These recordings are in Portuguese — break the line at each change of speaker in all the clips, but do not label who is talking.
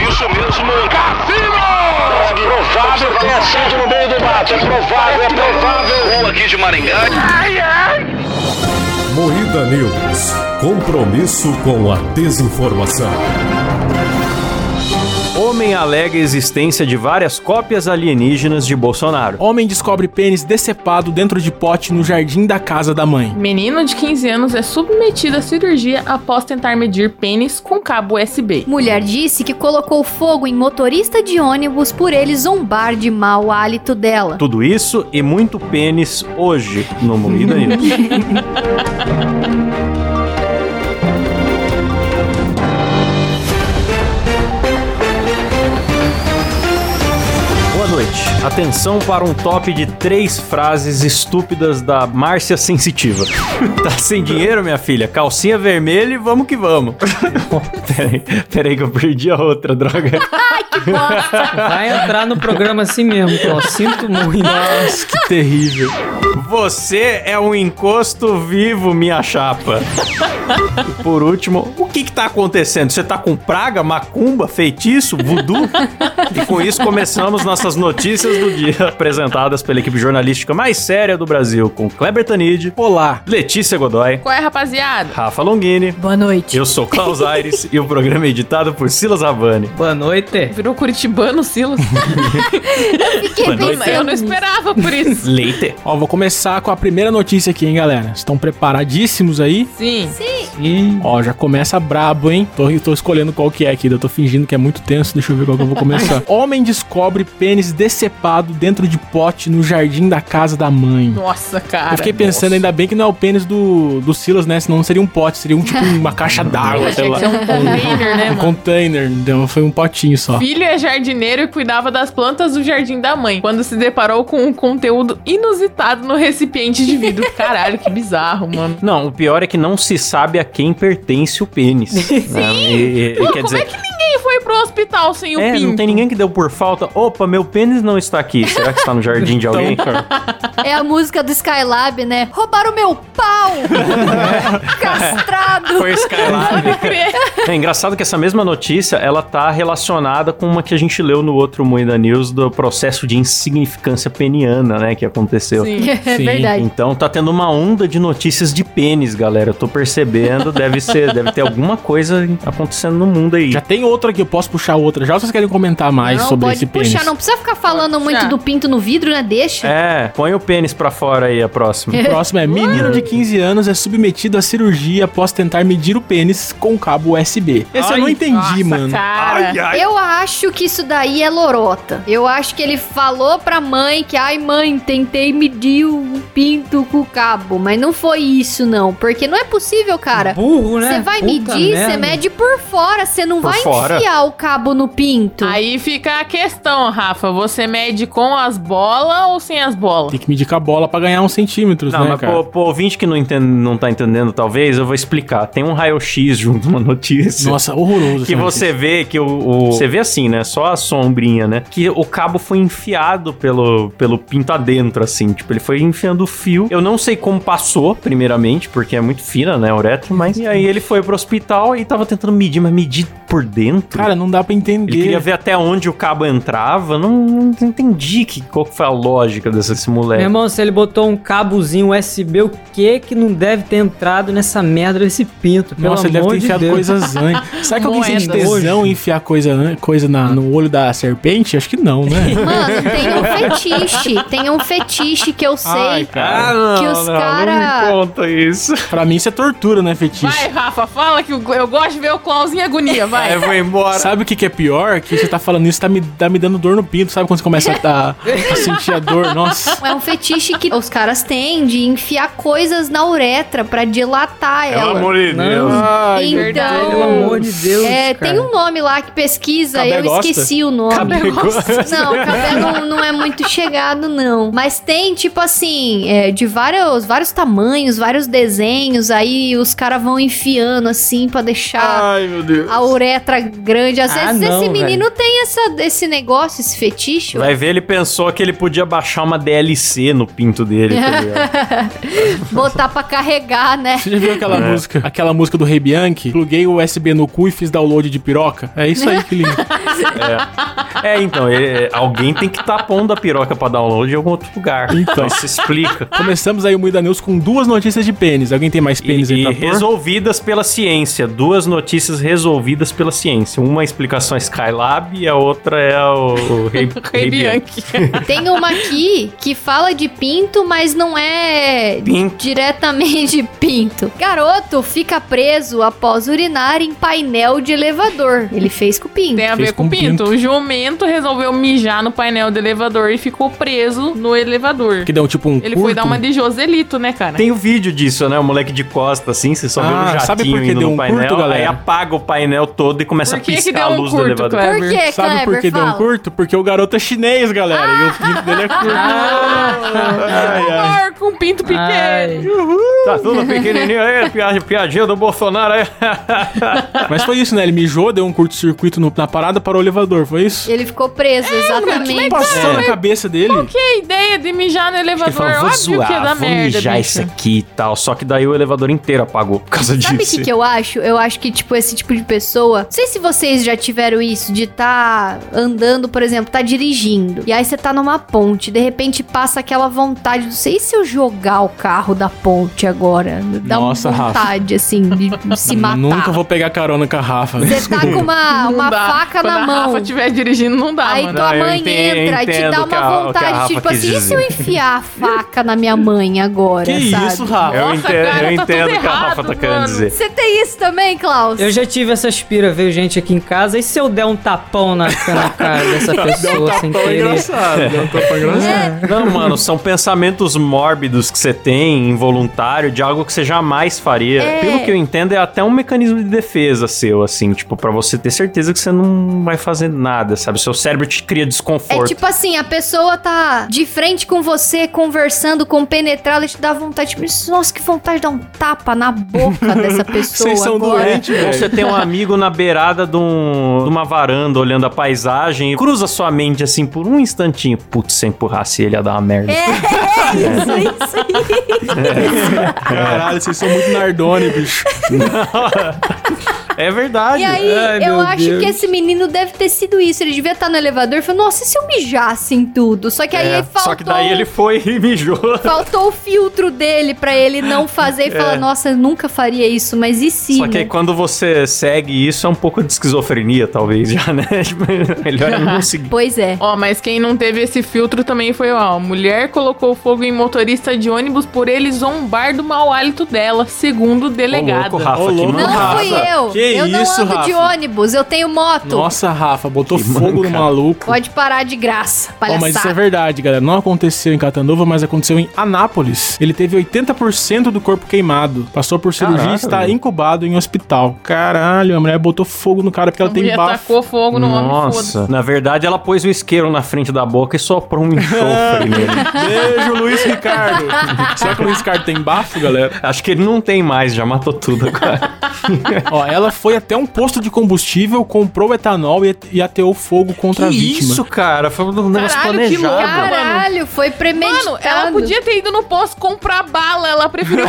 Cassino! Cassino! É provável que tenha sido no meio do mato. É provável, é provável. Rua aqui de Maringá. Ai, ai.
Moída News. Compromisso com a desinformação.
Homem alega a existência de várias cópias alienígenas de Bolsonaro.
Homem descobre pênis decepado dentro de pote no jardim da casa da mãe.
Menino de 15 anos é submetido a cirurgia após tentar medir pênis com cabo USB.
Mulher disse que colocou fogo em motorista de ônibus por ele zombar de mau hálito dela.
Tudo isso e muito pênis hoje no Moída News. Boa noite. Atenção para um top de três frases estúpidas da Márcia Sensitiva. tá sem dinheiro, minha filha? Calcinha vermelha e vamos que vamos. peraí, peraí que eu perdi a outra, droga.
Vai entrar no programa assim mesmo, Cláudio. Sinto muito.
Nossa, que terrível. Você é um encosto vivo, minha chapa. E por último, o que que tá acontecendo? Você tá com praga, macumba, feitiço, voodoo? E com isso começamos nossas notícias do dia, apresentadas pela equipe jornalística mais séria do Brasil, com Kleber Tanid,
Olá.
Letícia Godoy,
Qual é, rapaziada?
Rafa Longini.
Boa noite.
Eu sou Klaus Aires e o programa é editado por Silas Havani.
Boa noite.
Virou curitibano, Silas?
Fiquei
Boa noite.
Eu não esperava por isso.
Leite.
Ó, vou começar com a primeira notícia aqui, hein, galera. Estão preparadíssimos aí?
Sim.
Ih,
Ó, já começa brabo, hein? Tô, tô escolhendo qual que é aqui, eu tô fingindo que é muito tenso, deixa eu ver qual que eu vou começar. Homem descobre pênis decepado dentro de pote no jardim da casa da mãe.
Nossa, cara.
eu fiquei pensando, ainda bem que não é o pênis do, do Silas, né? Senão não seria um pote, seria um tipo uma caixa d'água, sei
Tinha
lá.
que ser um container, né,
Um
mano?
container, então foi um potinho só.
Filho é jardineiro e cuidava das plantas do jardim da mãe, quando se deparou com um conteúdo inusitado no recipiente de vidro. Caralho, que bizarro, mano.
Não, o pior é que não se sabe a quem pertence o pênis. Né? E- e-
Pô,
quer
como
dizer,
é que ninguém foi pro hospital sem o
é,
pinto?
não tem ninguém que deu por falta. Opa, meu pênis não está aqui. Será que está no jardim de alguém?
É a música do Skylab, né? Roubaram meu pau! Castrado!
Foi Skylab.
Pode crer.
É engraçado que essa mesma notícia, ela tá relacionada com uma que a gente leu no outro Moeda News do processo de insignificância peniana, né, que aconteceu.
Sim.
É
Sim.
verdade.
Então tá tendo uma onda de notícias de pênis, galera. Eu tô percebendo, deve ser, deve ter alguma coisa acontecendo no mundo aí.
Já tem outra aqui, eu posso puxar outra. Já ou vocês querem comentar mais
não,
sobre
pode
esse pênis?
puxar, não precisa ficar falando
Pode
muito
puxar.
do pinto no vidro, né? Deixa.
É, põe o pênis pra fora aí a próxima.
Próximo é: menino de 15 anos é submetido a cirurgia após tentar medir o pênis com cabo USB. Esse eu não
Ai,
entendi,
Nossa,
mano.
cara.
Eu acho que isso daí é lorota. Eu acho que ele falou pra mãe que, ai mãe, tentei medir o pinto com o cabo, mas não foi isso não, porque não é possível, cara.
burro, né?
Você vai
Puta
medir, você
merda.
mede por fora, você não
Por
vai
fora.
enfiar o cabo no pinto.
Aí fica a questão, Rafa. Você mede com as bolas ou sem as bolas?
Tem que medir com a bola pra ganhar uns centímetros,
Não,
né,
mas
cara?
pro, pro ouvinte que não, entende, não tá entendendo, talvez, eu vou explicar. Tem um raio-x junto uma notícia.
Nossa, horroroso.
Que
essa
você vê que o, o- Você vê assim, né? Só a sombrinha, né? Que o cabo foi enfiado pelo, pelo pinto adentro, assim. Tipo, ele foi enfiando o fio. Eu não sei como passou, primeiramente, porque é muito fina, né? A uretra, mas. E aí ele foi pro hospital e tava tentando medir, mas medir por dentro.
Cara, não dá pra entender.
ele queria ver até onde o cabo entrava. Não, não entendi que, qual que foi a lógica desse, desse
Meu
moleque.
irmão, se ele botou um cabozinho USB, o que que não deve ter entrado nessa merda desse pinto? Pelo
Nossa, ele deve
amor
ter
de
enfiado
Deus.
coisas antes. Será que alguém sente
Moedas.
tesão em enfiar coisa, an- coisa na- no olho da serpente? Acho que não, né?
Mano, tem um fetiche, tem um fetiche que eu sei.
Ai, cara.
Que os cara-
Ah, não me conta isso.
pra mim isso é tortura, né, fetiche?
Vai, Rafa, fala que eu eu gosto de ver o Klaus em agonia, vai.
Aí eu vou embora.
Sabe o que, que é pior? Que você tá falando isso, tá me, tá me dando dor no pinto. Sabe quando você começa a, a sentir a dor? Nossa.
É um fetiche que os caras têm de enfiar coisas na uretra pra dilatar
É
ela. Então,
de
Deus.
Ai,
verdade,
Pelo amor de Deus,
É,
cara.
tem um nome lá que pesquisa, eu
Cabegosta?
esqueci o nome.
Cabegosta.
Não, cabé não, não é muito chegado, não. Mas tem, tipo assim, é, de vários, vários tamanhos, vários desenhos, aí os caras vão enfiando assim pra deixar
Ai, meu Deus.
a uretra grande. Às
Ah,
vezes
não,
esse menino tem essa, esse negócio, esse fetiche.
Vai ver, ele pensou que ele podia baixar uma DLC no pinto dele, tá ligado?
Botar pra carregar, né?
Você já viu aquela música? Aquela música do Rei Bianchi? Pluguei o USB no cu e fiz download de piroca? É isso aí que lindo.
É, então, é, alguém tem que estar pondo a piroca pra download em algum outro lugar. Então. Isso explica.
Começamos aí o Moída News com duas notícias de pênis. Alguém tem mais pênis
E,
aí
e
pra pôr?
resolvidas pela ciência. Duas notícias resolvidas pela ciência. Uma é a explicação Skylab e a outra é o, o Rei
Rei Bianchi.
Tem uma aqui que fala de pinto, mas não é
Pinto.
diretamente pinto. Garoto fica preso após urinar em painel de elevador. Ele fez com o pinto.
Tem a
Fez
ver com
com
o pinto.
pinto.
O jumento resolveu mijar no painel do elevador e ficou preso no elevador.
Que deu tipo um
Ele
curto.
foi dar uma de Joselito, né, cara?
Tem o vídeo disso, né? O moleque de costa, assim, você só vê
Ah,
o jatinho
sabe por que
indo
deu
no
um
painel,
curto,
aí
galera?
apaga o painel todo e começa
Por que
a
que
piscar
deu
a
um
luz
curto,
do elevador.
Kleber?
Por que,
Sabe por
Kleber?
que deu um
Fala.
curto? Porque o garoto é chinês, galera. E o pinto dele é curto.
Um porco, um pinto pequeno.
Ai.
Tá tudo pequenininho aí, piadinha, piadinha do Bolsonaro aí.
Mas foi isso, né? Ele mijou, deu um curto-circuito no- na parada, parou o elevador, foi isso?
Ele ficou preso,
É,
O que
exatamente.
passou na cabeça dele?
Que ideia de mijar no
Ele
elevador.
falou, vou
Óbvio que é
zoar,
da
vou
merda,
mijar
bicho.
isso aqui e tal. Só que daí o elevador inteiro apagou por causa
Sabe o
disso.
que, que eu acho? Eu acho que, tipo, esse tipo de pessoa. Não sei se vocês já tiveram isso de tá andando, por exemplo, tá dirigindo. E aí você tá numa ponte, de repente passa aquela vontade. Não sei se eu jogar o carro da ponte agora. Dá
Nossa,
uma
Rafa.
vontade, assim, de se matar.
Nunca vou pegar carona com a Rafa. né?
Você tá com uma,
Não
uma
dá.
faca
Quando
na
a
mão.
Rafa estiver dirigindo, não dá,
Aí
mano.
tua
Não, ah, eu
mãe
entendo- eu
entra e te
entendo
dá
o que a-
uma
o que a
vontade,
Rafa
tipo
quis
assim, e se eu
dizer?"
enfiar a faca na minha mãe agora,
Que
sabe?
isso, Rafa?
Eu
Nossa,
entendo,
cara,
eu
tá
entendo
tudo
o que a Rafa tá
errado,
querendo
mano.
dizer.
Você tem isso também, Klaus?
Eu já tive essa aspira, veio gente aqui em casa. E se eu der um tapão na, na cara dessa
um
pessoa
É
sem querer? É
Deu um tapa engraçado.
Não, mano, são pensamentos mórbidos que você tem, involuntário, de algo que você jamais faria.
É.
Pelo que eu entendo, é até um mecanismo de defesa seu, assim, tipo, pra você ter certeza que você não vai fazer nada, sabe? Seu cérebro te cria
É
desconforto.
tipo assim, a pessoa tá de frente com você, conversando, compenetrada, te dá vontade. Tipo, nossa, que vontade de dar um tapa na boca dessa pessoa.
Vocês são
agora.
doentes,
Ou
velho.
você tem um amigo na beirada de, um- de uma varanda olhando a paisagem e cruza sua mente assim por um instantinho. Putz, se eu empurrasse ele ia dar uma merda.
É. Isso, isso aí.
Caralho, vocês são muito nardone, bicho.
É, verdade.
E aí,
Ai,
eu
meu
acho
Deus.
que esse menino deve ter sido isso. Ele devia estar no elevador e falou, nossa, e se eu mijasse em tudo? Só que aí
É,
faltou...
Só que daí ele foi e mijou.
Faltou o filtro dele pra ele não fazer e falar, nossa, eu nunca faria isso, mas e né?" sim?
Só que aí quando você segue isso, é um pouco de esquizofrenia, talvez, já, né? Tipo, Melhor é não seguir.
Pois é.
Ó, mas quem não teve esse filtro também foi, ó. Mulher colocou fogo em motorista de ônibus por ele zombar do mau hálito dela, segundo o delegado.
Ô, louco, Rafa,
Ô,
que
louco,
mano,
Não
Rafa,
fui eu.
que
eu
isso,
não ando de
Rafa?
ônibus, eu tenho moto.
Nossa, Rafa, botou
Que
fogo no
mancada.
maluco.
Pode parar de graça,
Ó, mas isso é
palhaçada.
verdade, galera. Não aconteceu em Catanduva, mas aconteceu em Anápolis. Ele teve 80% do corpo queimado. Passou por cirurgia e
Caraca,
está
velho.
incubado em um hospital. Caralho, a mulher botou fogo no cara porque ela
A mulher
tem bafo.
tacou fogo no homem, foda-se.
Nossa, na verdade ela pôs o isqueiro na frente da boca e soprou um enxofre nele.
Beijo, Luiz Ricardo. Será que o Luiz Ricardo tem bafo, galera?
Acho que ele não tem mais, já matou tudo agora.
Ó, ela foi até um posto de combustível, comprou etanol e, e ateou fogo contra a vítima.
isso, cara? Foi um negócio
Caralho, que
planejado.
louco.
Caralho, foi premeditado.
Mano, ela podia ter ido no posto comprar bala, ela preferiu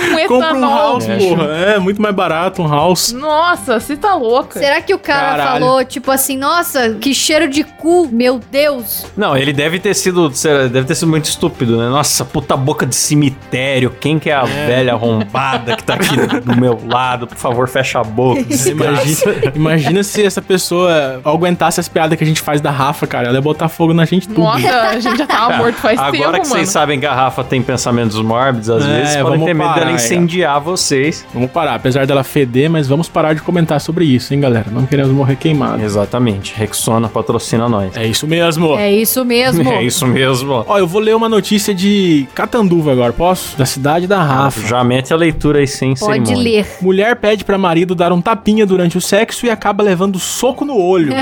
com
Compra um
etanol.
house, porra. É, muito mais barato um house.
Nossa, você tá louca.
Será que o cara
Caralho.
falou, tipo assim, nossa, que cheiro de cu, meu Deus.
Não, ele deve ter sido, sei lá, deve ter sido muito estúpido, né? Nossa, puta boca de cemitério. Quem que é a velha arrombada que tá aqui do meu lado? Por favor, fecha a boca.
Imagina, imagina se essa pessoa aguentasse as piadas que a gente faz da Rafa, cara. Ela ia botar fogo na gente tudo.
Nossa, a gente já tava morto faz
Agora
tempo,
que
mano.
vocês sabem que a Rafa tem pensamentos mórbidos, às
É,
vezes podem
vamos
ter medo
parar,
dela
é.
incendiar vocês.
Vamos parar, apesar dela feder, mas vamos parar de comentar sobre isso, hein, galera? Não queremos morrer queimados.
Exatamente. Rexona patrocina nós.
É isso mesmo.
É isso mesmo.
É isso mesmo.
Ó, eu vou ler uma notícia de Catanduva agora, posso? Da cidade da Rafa.
Já mete a leitura aí sem
Pode
cerimônia.
ler.
Mulher pede pra marido dar um tapinha durante o sexo e acaba levando soco no olho.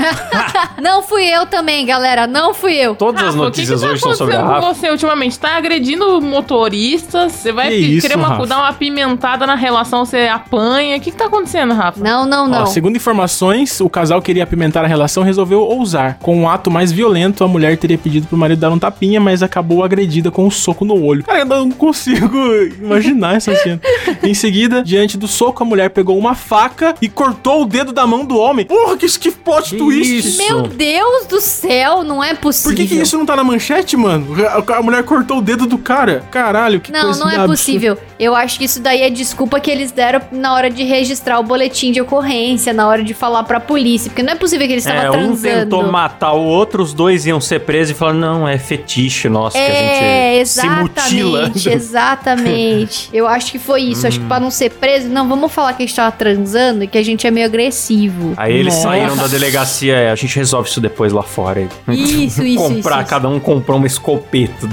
Não fui eu também, galera, não fui eu.
Todas as
Rafa,
notícias
o que que
hoje
tá
são sobre a
acontecendo
Rafa.
com você ultimamente? Tá agredindo motoristas? Você vai
Que
que-
isso,
querer uma-
Rafa?
dar uma pimentada na relação, você apanha? O que, que tá acontecendo, Rafa?
Não, não, não.
Ó, segundo informações, o casal queria apimentar a relação e resolveu ousar. Com um ato mais violento, a mulher teria pedido pro marido dar um tapinha, mas acabou agredida com um soco no olho. Cara, eu não consigo imaginar essa cena. Em seguida, diante do soco, a mulher pegou uma faca e cortou o dedo da mão do homem. Porra, que, que plot
Que
twist!
isso?
Meu Deus do céu, não é possível.
Por que, que isso não tá na manchete, mano? A, a mulher cortou o dedo do cara. Caralho, que
Não,
coisa
não é
absurda.
possível. Eu acho que isso daí é desculpa que eles deram na hora de registrar o boletim de ocorrência, na hora de falar pra polícia, porque não é possível que eles estavam
É, um
transando.
tentou matar o outro, os dois iam ser presos e falaram, não, é fetiche nosso que
É,
a gente se mutila.
exatamente, exatamente. Eu acho que foi isso. Acho que pra não ser preso, não, vamos falar que a gente tava transando e que a gente é meio agressivo.
Aí eles
Nossa.
saíram da delegacia, é, a gente resolve isso depois lá fora.
Isso, isso,
comprar,
isso, isso.
cada um comprou uma escopeta.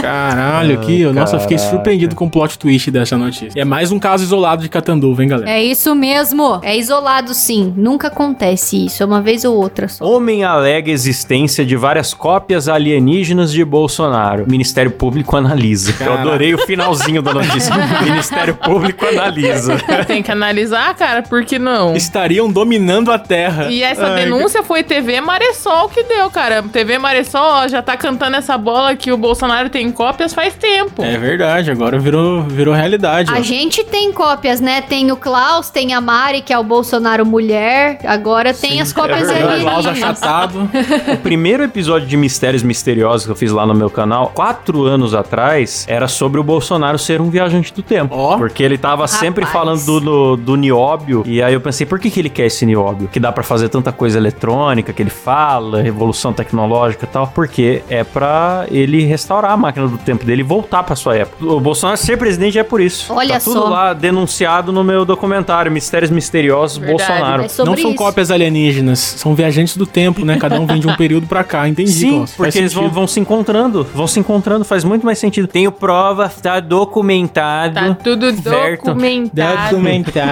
Caralho, que. Nossa, eu fiquei surpreendido com o plot twist dessa notícia. É mais um caso isolado de Catanduva, hein, galera?
É isso mesmo. É isolado, sim. Nunca acontece isso. É uma vez ou outra só.
Homem alega existência de várias cópias alienígenas de Bolsonaro. Ministério Público analisa. Eu adorei o finalzinho da notícia. Ministério Público analisa.
Tem que analisar, cara, por que não?
Estariam dominando a Terra.
E essa
é- Ai,
denúncia foi TV Maressol que deu, cara. TV Maressol ó, já tá cantando essa bola que o Bolsonaro tem cópias faz tempo.
É verdade, agora virou, virou realidade. ó.
A gente tem cópias, né? Tem o Klaus, tem a Mari, que é o Bolsonaro mulher. Agora tem as cópias
é verdade.
ali. né?
Klaus um achatado.
O primeiro episódio de Mistérios Misteriosos que eu fiz lá no meu canal, quatro anos atrás, era sobre o Bolsonaro ser um viajante do tempo.
Ó.
Porque ele tava sempre
Rapaz.
falando do, do, do nióbio, e aí eu pensei, por que, que ele quer esse nióbio? Que dá pra fazer tanta coisa eletrônica que ele fala, revolução tecnológica e tal. Porque é pra ele restaurar a máquina do tempo dele e voltar pra sua época. O Bolsonaro ser presidente é por isso.
Olha
tá tudo
só.
lá denunciado no meu documentário, Mistérios Misteriosos
Verdade,
Bolsonaro.
É sobre
não são
isso.
cópias alienígenas, são viajantes do tempo, né? Cada um vem de um período pra cá, entendi.
Sim,
Klaus. Faz
porque eles vão,
sentido.
vão se encontrando, vão se encontrando, faz muito mais sentido. Tenho prova, tá documentado.
Tá tudo
Certo.
documentado.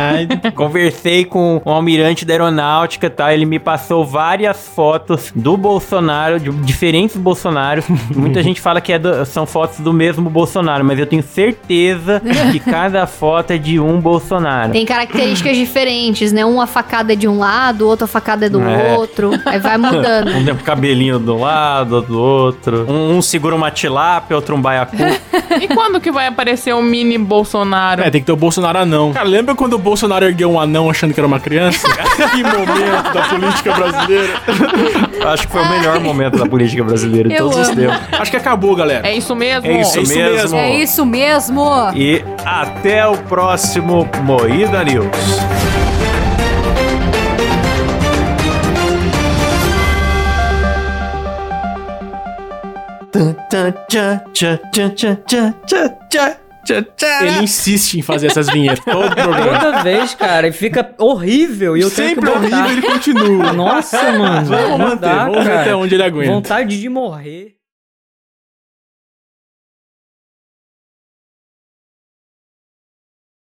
Conversei com o almirante da aeronáutica, tá? Ele me passou várias fotos do Bolsonaro, de diferentes Bolsonaros. Muita gente fala que é do- são fotos do mesmo Bolsonaro, mas eu tenho certeza que cada foto é de um Bolsonaro.
Tem características diferentes, né? Uma facada é de um lado, outra facada é do
É.
outro. Aí vai mudando.
Um tem um cabelinho do lado, outro do outro. Um, um segura uma tilápia, outro um baiacu.
E quando que vai aparecer um mini Bolsonaro?
É, tem que ter o Bolsonaro anão. Cara, lembra quando o Bolsonaro ergueu um anão achando que era uma criança? que momento da política brasileira.
Acho que foi o melhor momento da política brasileira de
Eu
todos os
amo.
tempos.
Acho que acabou, galera.
É isso mesmo?
É isso,
É isso
mesmo.
mesmo. É
isso mesmo.
E até o próximo Moída News.
Ele insiste em fazer essas vinhetas todo o programa.
Toda vez, cara, e fica horrível e eu
Sempre
tenho que
horrível,
botar.
ele continua.
Nossa, mano.
Vamos
não
manter,
dá,
vamos ver
cara.
até onde ele aguenta.
Vontade de morrer.